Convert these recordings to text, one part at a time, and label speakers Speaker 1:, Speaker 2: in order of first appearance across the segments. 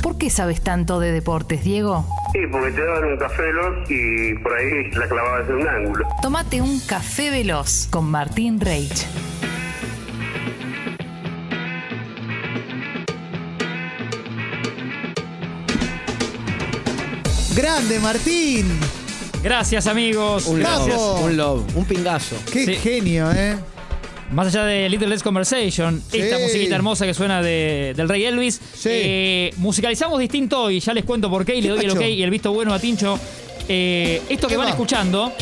Speaker 1: ¿Por qué sabes tanto de deportes, Diego?
Speaker 2: Sí, porque te daban un café veloz y por ahí la clavabas en un ángulo.
Speaker 1: Tómate un café veloz con Martín Reich.
Speaker 3: Grande, Martín.
Speaker 4: Gracias amigos.
Speaker 5: Un
Speaker 4: Gracias.
Speaker 3: Bravo.
Speaker 5: love, un love, un pingazo.
Speaker 3: Qué
Speaker 4: Sí.
Speaker 3: genio, ¿eh?
Speaker 4: Más allá de Little Less Conversation,
Speaker 3: Sí.
Speaker 4: esta musiquita hermosa que suena de- del Rey Elvis,
Speaker 3: Sí.
Speaker 4: eh, musicalizamos distinto y ya les cuento por qué y le doy el
Speaker 3: Pacho?
Speaker 4: ok y el visto bueno a Tincho. Eh, esto que
Speaker 3: ¿Qué
Speaker 4: van
Speaker 3: va?
Speaker 4: escuchando,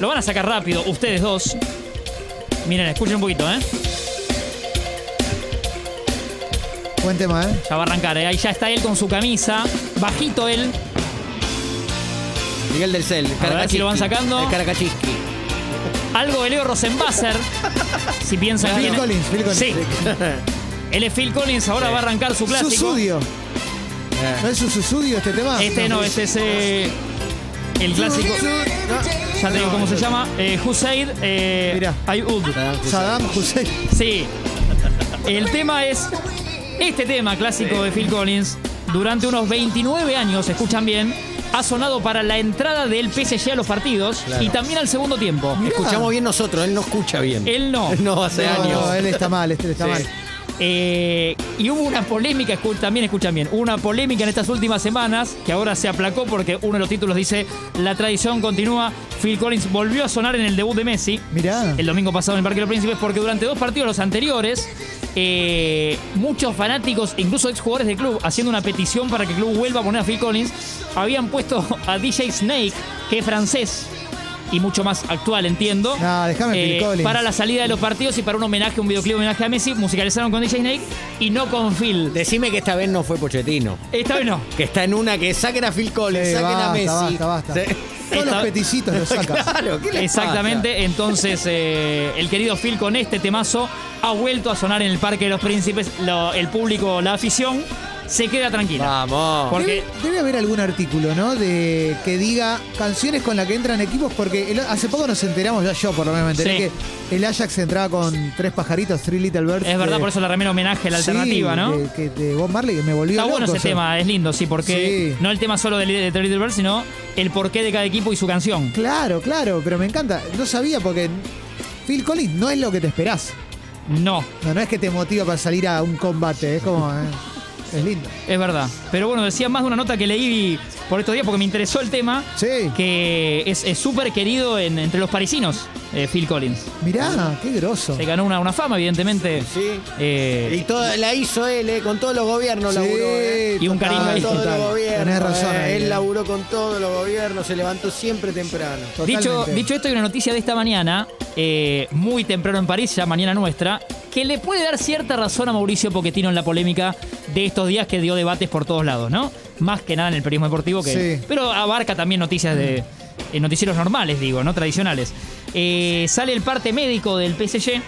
Speaker 4: lo van a sacar rápido, ustedes dos. Miren, escuchen un poquito, ¿eh?
Speaker 3: Buen tema, ¿eh?
Speaker 4: Ya va a arrancar, ¿eh? Ahí ya está él con su camisa, bajito él.
Speaker 5: Miguel del Cel,
Speaker 4: ver si lo van
Speaker 5: Caracachisqui,
Speaker 4: sacando.
Speaker 5: El Caracachisqui.
Speaker 4: Algo de Leo Rosenbasser, si piensan
Speaker 3: Phil
Speaker 4: bien. ¿eh?
Speaker 3: Collins, Phil Collins.
Speaker 4: Sí. Él es Phil Collins, ahora va a arrancar su clásico.
Speaker 3: Susudio.
Speaker 5: Eh.
Speaker 3: ¿No es su susudio este tema?
Speaker 4: Este no, este es eh, el clásico. Ya te digo cómo se llama. Eh, Hussein eh,
Speaker 3: Mirá.
Speaker 4: Ayub.
Speaker 3: Saddam Hussein.
Speaker 4: Sí. El tema es este tema clásico de Phil Collins. Durante unos 29 años, escuchan bien, ha sonado para la entrada del PSG a los partidos y también al segundo tiempo.
Speaker 5: Escuchamos bien nosotros, él no escucha bien.
Speaker 4: Él no.
Speaker 5: No, hace
Speaker 3: No,
Speaker 5: años.
Speaker 3: no, él está mal, este está
Speaker 5: Sí.
Speaker 3: mal.
Speaker 4: Eh, y hubo una polémica, escu- también escuchan bien, hubo una polémica en estas últimas semanas que ahora se aplacó porque uno de los títulos dice La tradición continúa. Phil Collins volvió a sonar en el debut de Messi
Speaker 3: Mirá.
Speaker 4: el domingo pasado en el Parque de los Príncipes porque durante dos partidos los anteriores eh, muchos fanáticos, incluso exjugadores del club, haciendo una petición para que el club vuelva a poner a Phil Collins, habían puesto a DJ Snake, que es francés y mucho más actual, entiendo. eh,
Speaker 3: No, Ah, déjame Phil Collins.
Speaker 4: Para la salida de los partidos y para un homenaje, un videoclip homenaje a Messi, musicalizaron con DJ Snake y no con Phil.
Speaker 5: Decime que esta vez no fue Pochettino.
Speaker 4: Esta vez no.
Speaker 5: Que está en una que saquen a Phil Collins,
Speaker 3: Sí,
Speaker 5: saquen
Speaker 3: basta,
Speaker 5: a Messi.
Speaker 3: basta, basta.
Speaker 5: Sí.
Speaker 3: Todos
Speaker 4: Esta-
Speaker 3: los peticitos los saca.
Speaker 5: Claro, ¿qué le
Speaker 4: Exactamente, entonces eh, el querido Phil con este temazo ha vuelto a sonar en el Parque de los Príncipes. Lo- el público, la afición, se queda tranquila.
Speaker 3: Ah,
Speaker 5: pasa? Vamos.
Speaker 4: Por- porque-
Speaker 3: Debe, debe haber algún artículo, ¿no? De que diga canciones con las que entran equipos, porque el- hace poco nos enteramos, ya yo por lo menos me enteré
Speaker 4: Sí.
Speaker 3: que el Ajax entraba con tres pajaritos, Three Little Birds.
Speaker 4: Es verdad,
Speaker 3: de-
Speaker 4: por eso la remera homenaje a la
Speaker 3: Sí,
Speaker 4: alternativa, ¿no?
Speaker 3: De, que, de Bob Marley que me volvió
Speaker 4: Está
Speaker 3: loco,
Speaker 4: bueno ese
Speaker 3: o sea.
Speaker 4: tema, ¿eh? es lindo, sí, porque
Speaker 3: Sí.
Speaker 4: no el tema solo de, de The Little Bird, sino el porqué de cada equipo y su canción.
Speaker 3: Claro, claro, pero me encanta. No sabía porque Phil Collins no es lo que te esperás.
Speaker 4: No,
Speaker 3: No, no es que te motiva para salir a un combate, es como... eh, es lindo.
Speaker 4: es verdad. Pero bueno, decía más de una nota que leí por estos días porque me interesó el tema,
Speaker 3: Sí.
Speaker 4: que es es súper querido en- entre los parisinos, eh, Phil Collins.
Speaker 3: Mirá, qué groso.
Speaker 4: Se ganó una, una fama, evidentemente.
Speaker 5: Sí.
Speaker 4: Eh,
Speaker 5: Y todo, la hizo él, eh, con todos los gobiernos
Speaker 3: Sí,
Speaker 5: laburó. eh.
Speaker 4: Y un cariño ahí.
Speaker 5: Con
Speaker 3: total,
Speaker 5: todos
Speaker 3: total.
Speaker 5: los
Speaker 3: Tenés
Speaker 5: gobiernos.
Speaker 3: razón.
Speaker 5: eh.
Speaker 3: ahí, eh.
Speaker 5: Él laburó con todos los gobiernos, se levantó siempre temprano.
Speaker 4: Dicho,
Speaker 3: Totalmente.
Speaker 4: dicho esto, hay una noticia de esta mañana, eh, muy temprano en París, ya mañana nuestra, que le puede dar cierta razón a Mauricio Pochettino en la polémica de estos días que dio debates por todos lados, ¿no? Más que nada en el periodismo deportivo, que,
Speaker 3: Sí. Mm.
Speaker 4: pero abarca también noticias de eh, noticieros normales, digo, no tradicionales. Eh, sale el parte médico del PSG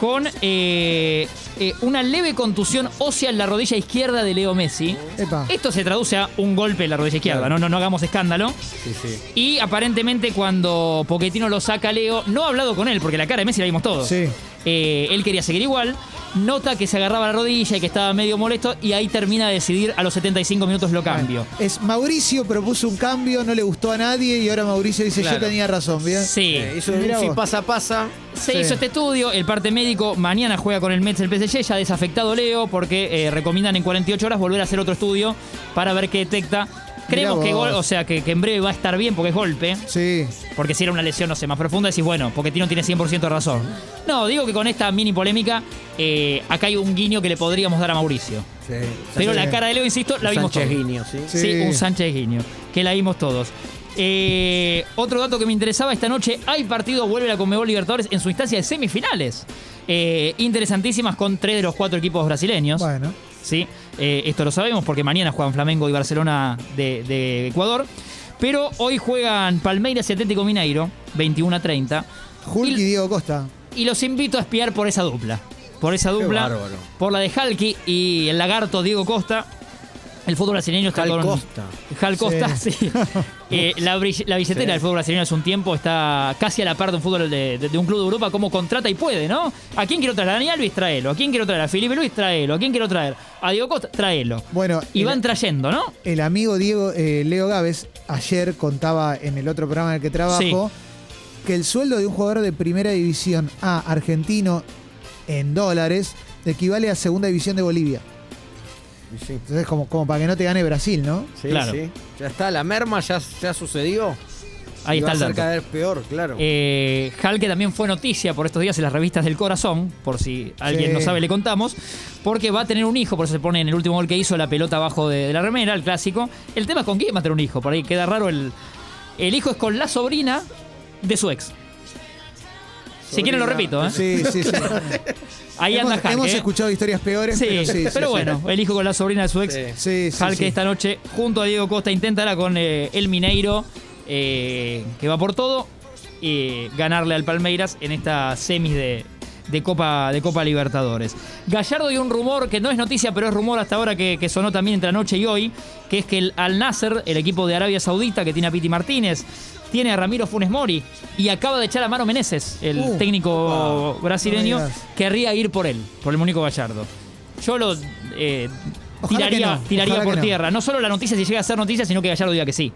Speaker 4: con eh, eh, una leve contusión ósea en la rodilla izquierda de Leo Messi.
Speaker 3: Epa.
Speaker 4: Esto se traduce a un golpe en la rodilla izquierda, ¿no? No, no hagamos escándalo.
Speaker 5: Sí, sí.
Speaker 4: Y aparentemente cuando Poquetino lo saca a Leo, no ha hablado con él, porque la cara de Messi la vimos todos.
Speaker 3: Sí.
Speaker 4: Eh, él quería seguir igual, nota que se agarraba la rodilla y que estaba medio molesto, y ahí termina de decidir a los 75 minutos lo cambio.
Speaker 3: Es Mauricio propuso un cambio, no le gustó a nadie y ahora Mauricio dice yo
Speaker 5: Claro.
Speaker 3: tenía razón, ¿bien?
Speaker 4: Sí.
Speaker 5: Eh, hizo
Speaker 3: Mirá
Speaker 5: un si
Speaker 3: vos.
Speaker 5: pasa, pasa.
Speaker 4: Se
Speaker 3: Sí.
Speaker 4: hizo este estudio, el parte médico mañana juega con el Mets el PSG, ya desafectado Leo, porque eh, recomiendan en 48 horas volver a hacer otro estudio para ver qué detecta. Creemos
Speaker 3: Mirá
Speaker 4: que,
Speaker 3: vos.
Speaker 4: gol- o sea, que, que en breve va a estar bien porque es golpe.
Speaker 3: Sí.
Speaker 4: Porque si era una lesión, no sé, más profunda, decís, bueno, Poquetino tiene 100% de razón. No, digo que con esta mini polémica, eh, acá hay un guiño que le podríamos dar a Mauricio. Pero la cara de Leo, insisto, la vimos
Speaker 5: Sánchez
Speaker 4: todos.
Speaker 5: Guiño, ¿sí?
Speaker 3: Sí.
Speaker 4: Sí. un Sánchez guiño, que la vimos todos. Eh, otro dato que me interesaba esta noche, hay partido, vuelve la Conmebol Libertadores en su instancia de semifinales. Eh, interesantísimas con tres de los cuatro equipos brasileños.
Speaker 3: Bueno.
Speaker 4: ¿sí? Eh, esto lo sabemos porque mañana juegan Flamengo y Barcelona de, de Ecuador. Pero hoy juegan Palmeiras y Atlético Mineiro, 21 a 30.
Speaker 3: Hulk y,
Speaker 4: Y,
Speaker 3: Diego Costa.
Speaker 4: y los invito a espiar por esa dupla. Por esa dupla.
Speaker 5: bárbaro.
Speaker 4: Por la de Halki y el lagarto Diego Costa. El fútbol brasileño está
Speaker 5: Hal
Speaker 4: con.
Speaker 5: Costa.
Speaker 4: Hal Costa, sí. Eh, la, brill- la billetera del fútbol brasileño hace un tiempo está casi a la par de un fútbol de, de- de un club de Europa, como contrata y puede, ¿no? ¿A quién quiero traer? A Dani Alves, traelo. ¿A quién quiero traer? A Felipe Luis, traelo. ¿A quién quiero traer? A Diego Costa, traelo.
Speaker 3: Bueno,
Speaker 4: y
Speaker 3: el-
Speaker 4: van trayendo, ¿no?
Speaker 3: El amigo Diego eh, Leo Gávez ayer contaba en el otro programa en el que trabajo que el sueldo de un jugador de primera división A argentino en dólares equivale a segunda división de Bolivia.
Speaker 5: Y Sí,
Speaker 3: Entonces, como, como para que no te gane Brasil, ¿no?
Speaker 5: sí,
Speaker 4: Claro.
Speaker 5: sí. Ya está, la merma ya, ya sucedió.
Speaker 4: Ahí
Speaker 5: Y
Speaker 4: está
Speaker 5: va
Speaker 4: el dato.
Speaker 5: cerca de ser peor, claro.
Speaker 4: Eh, Hal, que también fue noticia por estos días en las revistas del corazón, por si alguien
Speaker 3: Sí.
Speaker 4: no sabe, le contamos, porque va a tener un hijo, por eso se pone en el último gol que hizo la pelota abajo de, de la remera, el clásico. El tema es con quién va a tener un hijo, por ahí queda raro el. El hijo es con la sobrina de su ex. Si quieren lo repito, ¿eh?
Speaker 3: Sí, sí, sí.
Speaker 4: Ahí
Speaker 3: hemos
Speaker 4: anda Hal.
Speaker 3: hemos
Speaker 4: ¿eh?
Speaker 3: escuchado historias peores,
Speaker 4: Sí,
Speaker 3: pero sí. sí,
Speaker 4: pero
Speaker 3: sí.
Speaker 4: bueno, el hijo con la sobrina de su ex.
Speaker 5: Sí.
Speaker 3: Sí, sí,
Speaker 4: Hal
Speaker 3: sí.
Speaker 4: que esta noche junto a Diego Costa intentará con eh, el Mineiro, eh, que va por todo, y ganarle al Palmeiras en esta semis de, de Copa, de Copa Libertadores. Gallardo dio un rumor que no es noticia, pero es rumor hasta ahora que, que sonó también entre anoche y hoy, que es que el Al Nasser, el equipo de Arabia Saudita que tiene a Piti Martínez, tiene a Ramiro Funes Mori y acaba de echar a Maro Meneses, el
Speaker 3: Uh,
Speaker 4: técnico brasileño,
Speaker 3: no digas.
Speaker 4: querría ir por él, por el Mónico Gallardo. Yo lo eh,
Speaker 3: Ojalá
Speaker 4: tiraría,
Speaker 3: que no,
Speaker 4: tiraría
Speaker 3: ojalá
Speaker 4: por
Speaker 3: que no.
Speaker 4: tierra. No solo la noticia, si llega a ser noticia, sino que Gallardo diga que sí.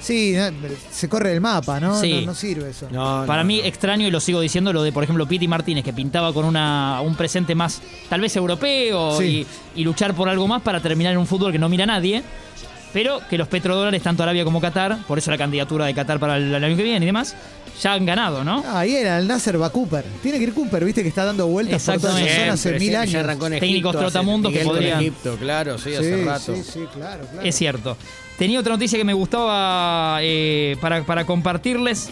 Speaker 3: Sí, no, se corre el mapa, ¿no?
Speaker 4: Sí.
Speaker 3: No, no sirve eso.
Speaker 5: No,
Speaker 4: Para
Speaker 5: no,
Speaker 4: mí,
Speaker 5: no.
Speaker 4: extraño, y lo sigo diciendo, lo de, por ejemplo, Piti Martínez, que pintaba con una, un presente más, tal vez europeo,
Speaker 3: Sí.
Speaker 4: y, y luchar por algo más para terminar en un fútbol que no mira a nadie. Pero que los petrodólares, tanto Arabia como Qatar, por eso la candidatura de Qatar para el, el año que viene y demás, ya han ganado, ¿no?
Speaker 3: Ah, Ahí era, el Nasser va Cooper. Tiene que ir Cooper, viste que está dando vueltas por toda esa
Speaker 4: Exactamente.
Speaker 3: zona hace
Speaker 5: Siempre,
Speaker 3: mil
Speaker 5: siempre,
Speaker 3: años.
Speaker 5: ya arrancó en
Speaker 4: Técnicos
Speaker 5: Egipto, hace-
Speaker 4: trotamundos que
Speaker 5: Miguel con
Speaker 4: podrían-
Speaker 5: Egipto, claro, sí, hace
Speaker 3: Sí,
Speaker 5: rato.
Speaker 3: sí, sí, claro, claro.
Speaker 4: Es cierto. Tenía otra noticia que me gustaba eh, para, para compartirles,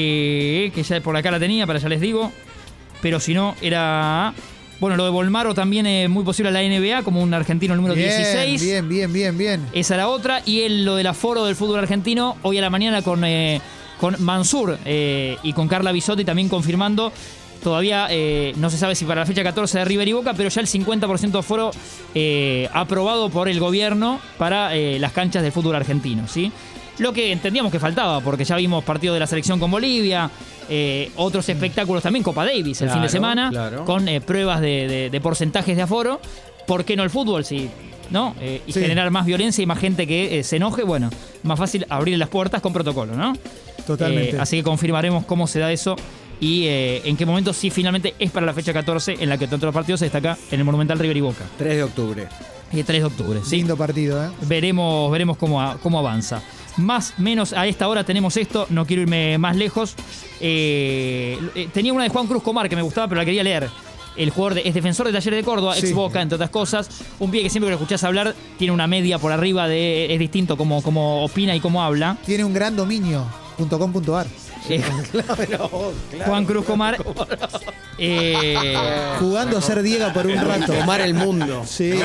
Speaker 4: eh, que ya por acá la tenía, para ya les digo. Pero si no, era. Bueno, lo de Volmaro también es muy posible a la NBA, como un argentino número Eh,
Speaker 3: bien,
Speaker 4: 16.
Speaker 3: Bien, bien, bien, bien.
Speaker 4: Esa era otra. Y el, lo del aforo del fútbol argentino, hoy a la mañana con, eh, con Mansur eh, y con Carla Bisotti también confirmando. Todavía eh, no se sabe si para la fecha 14 de River y Boca, pero ya el 50% de aforo eh, aprobado por el gobierno para eh, las canchas del fútbol argentino, ¿sí? Lo que entendíamos que faltaba, porque ya vimos partido de la selección con Bolivia, eh, otros espectáculos también, Copa Davis el fin de
Speaker 5: Mm. Claro,
Speaker 4: semana,
Speaker 5: claro.
Speaker 4: con eh, pruebas de, de- de porcentajes de aforo. ¿Por qué no el fútbol? Si, ¿no? Eh, y
Speaker 3: Sí.
Speaker 4: generar más violencia y más gente que eh, se enoje, bueno, más fácil abrir las puertas con protocolo, ¿no?
Speaker 3: Totalmente.
Speaker 4: Eh, así que confirmaremos cómo se da eso y eh, en qué momento sí finalmente es para la fecha 14 en la que tanto los partidos se destaca en el Monumental River y Boca.
Speaker 5: 3 de octubre.
Speaker 4: Y el 3 de octubre, ¿sí?
Speaker 3: Lindo partido, ¿eh?
Speaker 4: Veremos, veremos cómo, a- cómo avanza. Más menos a esta hora tenemos esto, no quiero irme más lejos. Eh, eh, tenía una de Juan Cruz Comar que me gustaba, pero la quería leer. El jugador de- es defensor de Talleres de Córdoba,
Speaker 3: Sí.
Speaker 4: ex Boca, entre otras cosas. Un pie que siempre que lo escuchás hablar tiene una media por arriba de. es distinto como, como opina y cómo habla.
Speaker 3: Tiene un gran dominio. .com.ar.
Speaker 4: Eh, Juan Cruz Comar.
Speaker 5: Ah,
Speaker 4: eh,
Speaker 3: Jugando a ser Diego por un rato.
Speaker 5: Tomar el mundo.
Speaker 3: Sí, sí,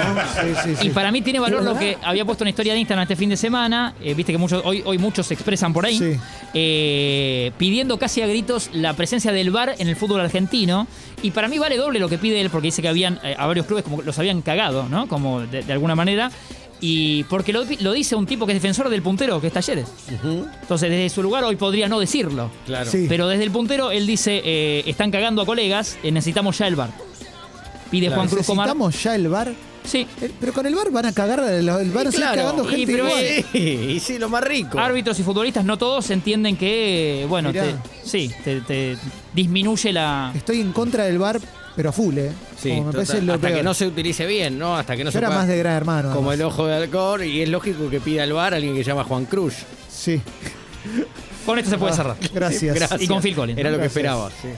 Speaker 3: sí. sí.
Speaker 4: Y para mí tiene valor lo que había puesto en historia de Instagram este fin de semana. eh, Viste que muchos hoy, hoy muchos se expresan por ahí.
Speaker 3: Sí.
Speaker 4: eh, pidiendo casi a gritos la presencia del VAR en el fútbol argentino. Y para mí vale doble lo que pide él, porque dice que habían eh, a varios clubes como que los habían cagado, ¿no? Como de, de alguna manera. Y porque lo, lo dice un tipo que es defensor del puntero, que es Talleres. Entonces, desde su lugar hoy podría no decirlo.
Speaker 5: Claro.
Speaker 3: Sí.
Speaker 4: Pero desde el puntero, él dice, eh, están cagando a colegas, eh, necesitamos ya el VAR. Pide Juan Cruz Comar.
Speaker 3: Necesitamos ya el bar.
Speaker 4: Sí,
Speaker 3: Eh, Pero con el bar van a cagar, el el bar
Speaker 5: Y
Speaker 3: va a seguir
Speaker 5: claro,
Speaker 3: cagando
Speaker 5: y
Speaker 3: gente
Speaker 4: pero
Speaker 3: igual.
Speaker 4: es-
Speaker 5: Sí, y sí, lo más rico.
Speaker 4: Árbitros y futbolistas, no todos entienden que, bueno,
Speaker 3: Mirá.
Speaker 4: te- sí, te, te disminuye la...
Speaker 3: Estoy en contra del bar, pero a full, ¿eh?
Speaker 5: Sí,
Speaker 3: Como me
Speaker 5: total.
Speaker 3: parece lo
Speaker 5: hasta
Speaker 3: peor.
Speaker 5: que no se utilice bien, ¿no? Hasta que no
Speaker 3: Yo
Speaker 5: se
Speaker 3: era
Speaker 5: pueda-
Speaker 3: más de gran hermano.
Speaker 5: Como
Speaker 3: además.
Speaker 5: el ojo de alcohol, y es lógico que pida al bar a alguien que se llama Juan Cruz.
Speaker 3: Sí.
Speaker 4: Con esto se puede cerrar.
Speaker 3: Gracias.
Speaker 5: Gracias.
Speaker 4: Y con Phil Collins.
Speaker 5: Era lo que
Speaker 3: Gracias.
Speaker 5: esperaba. sí.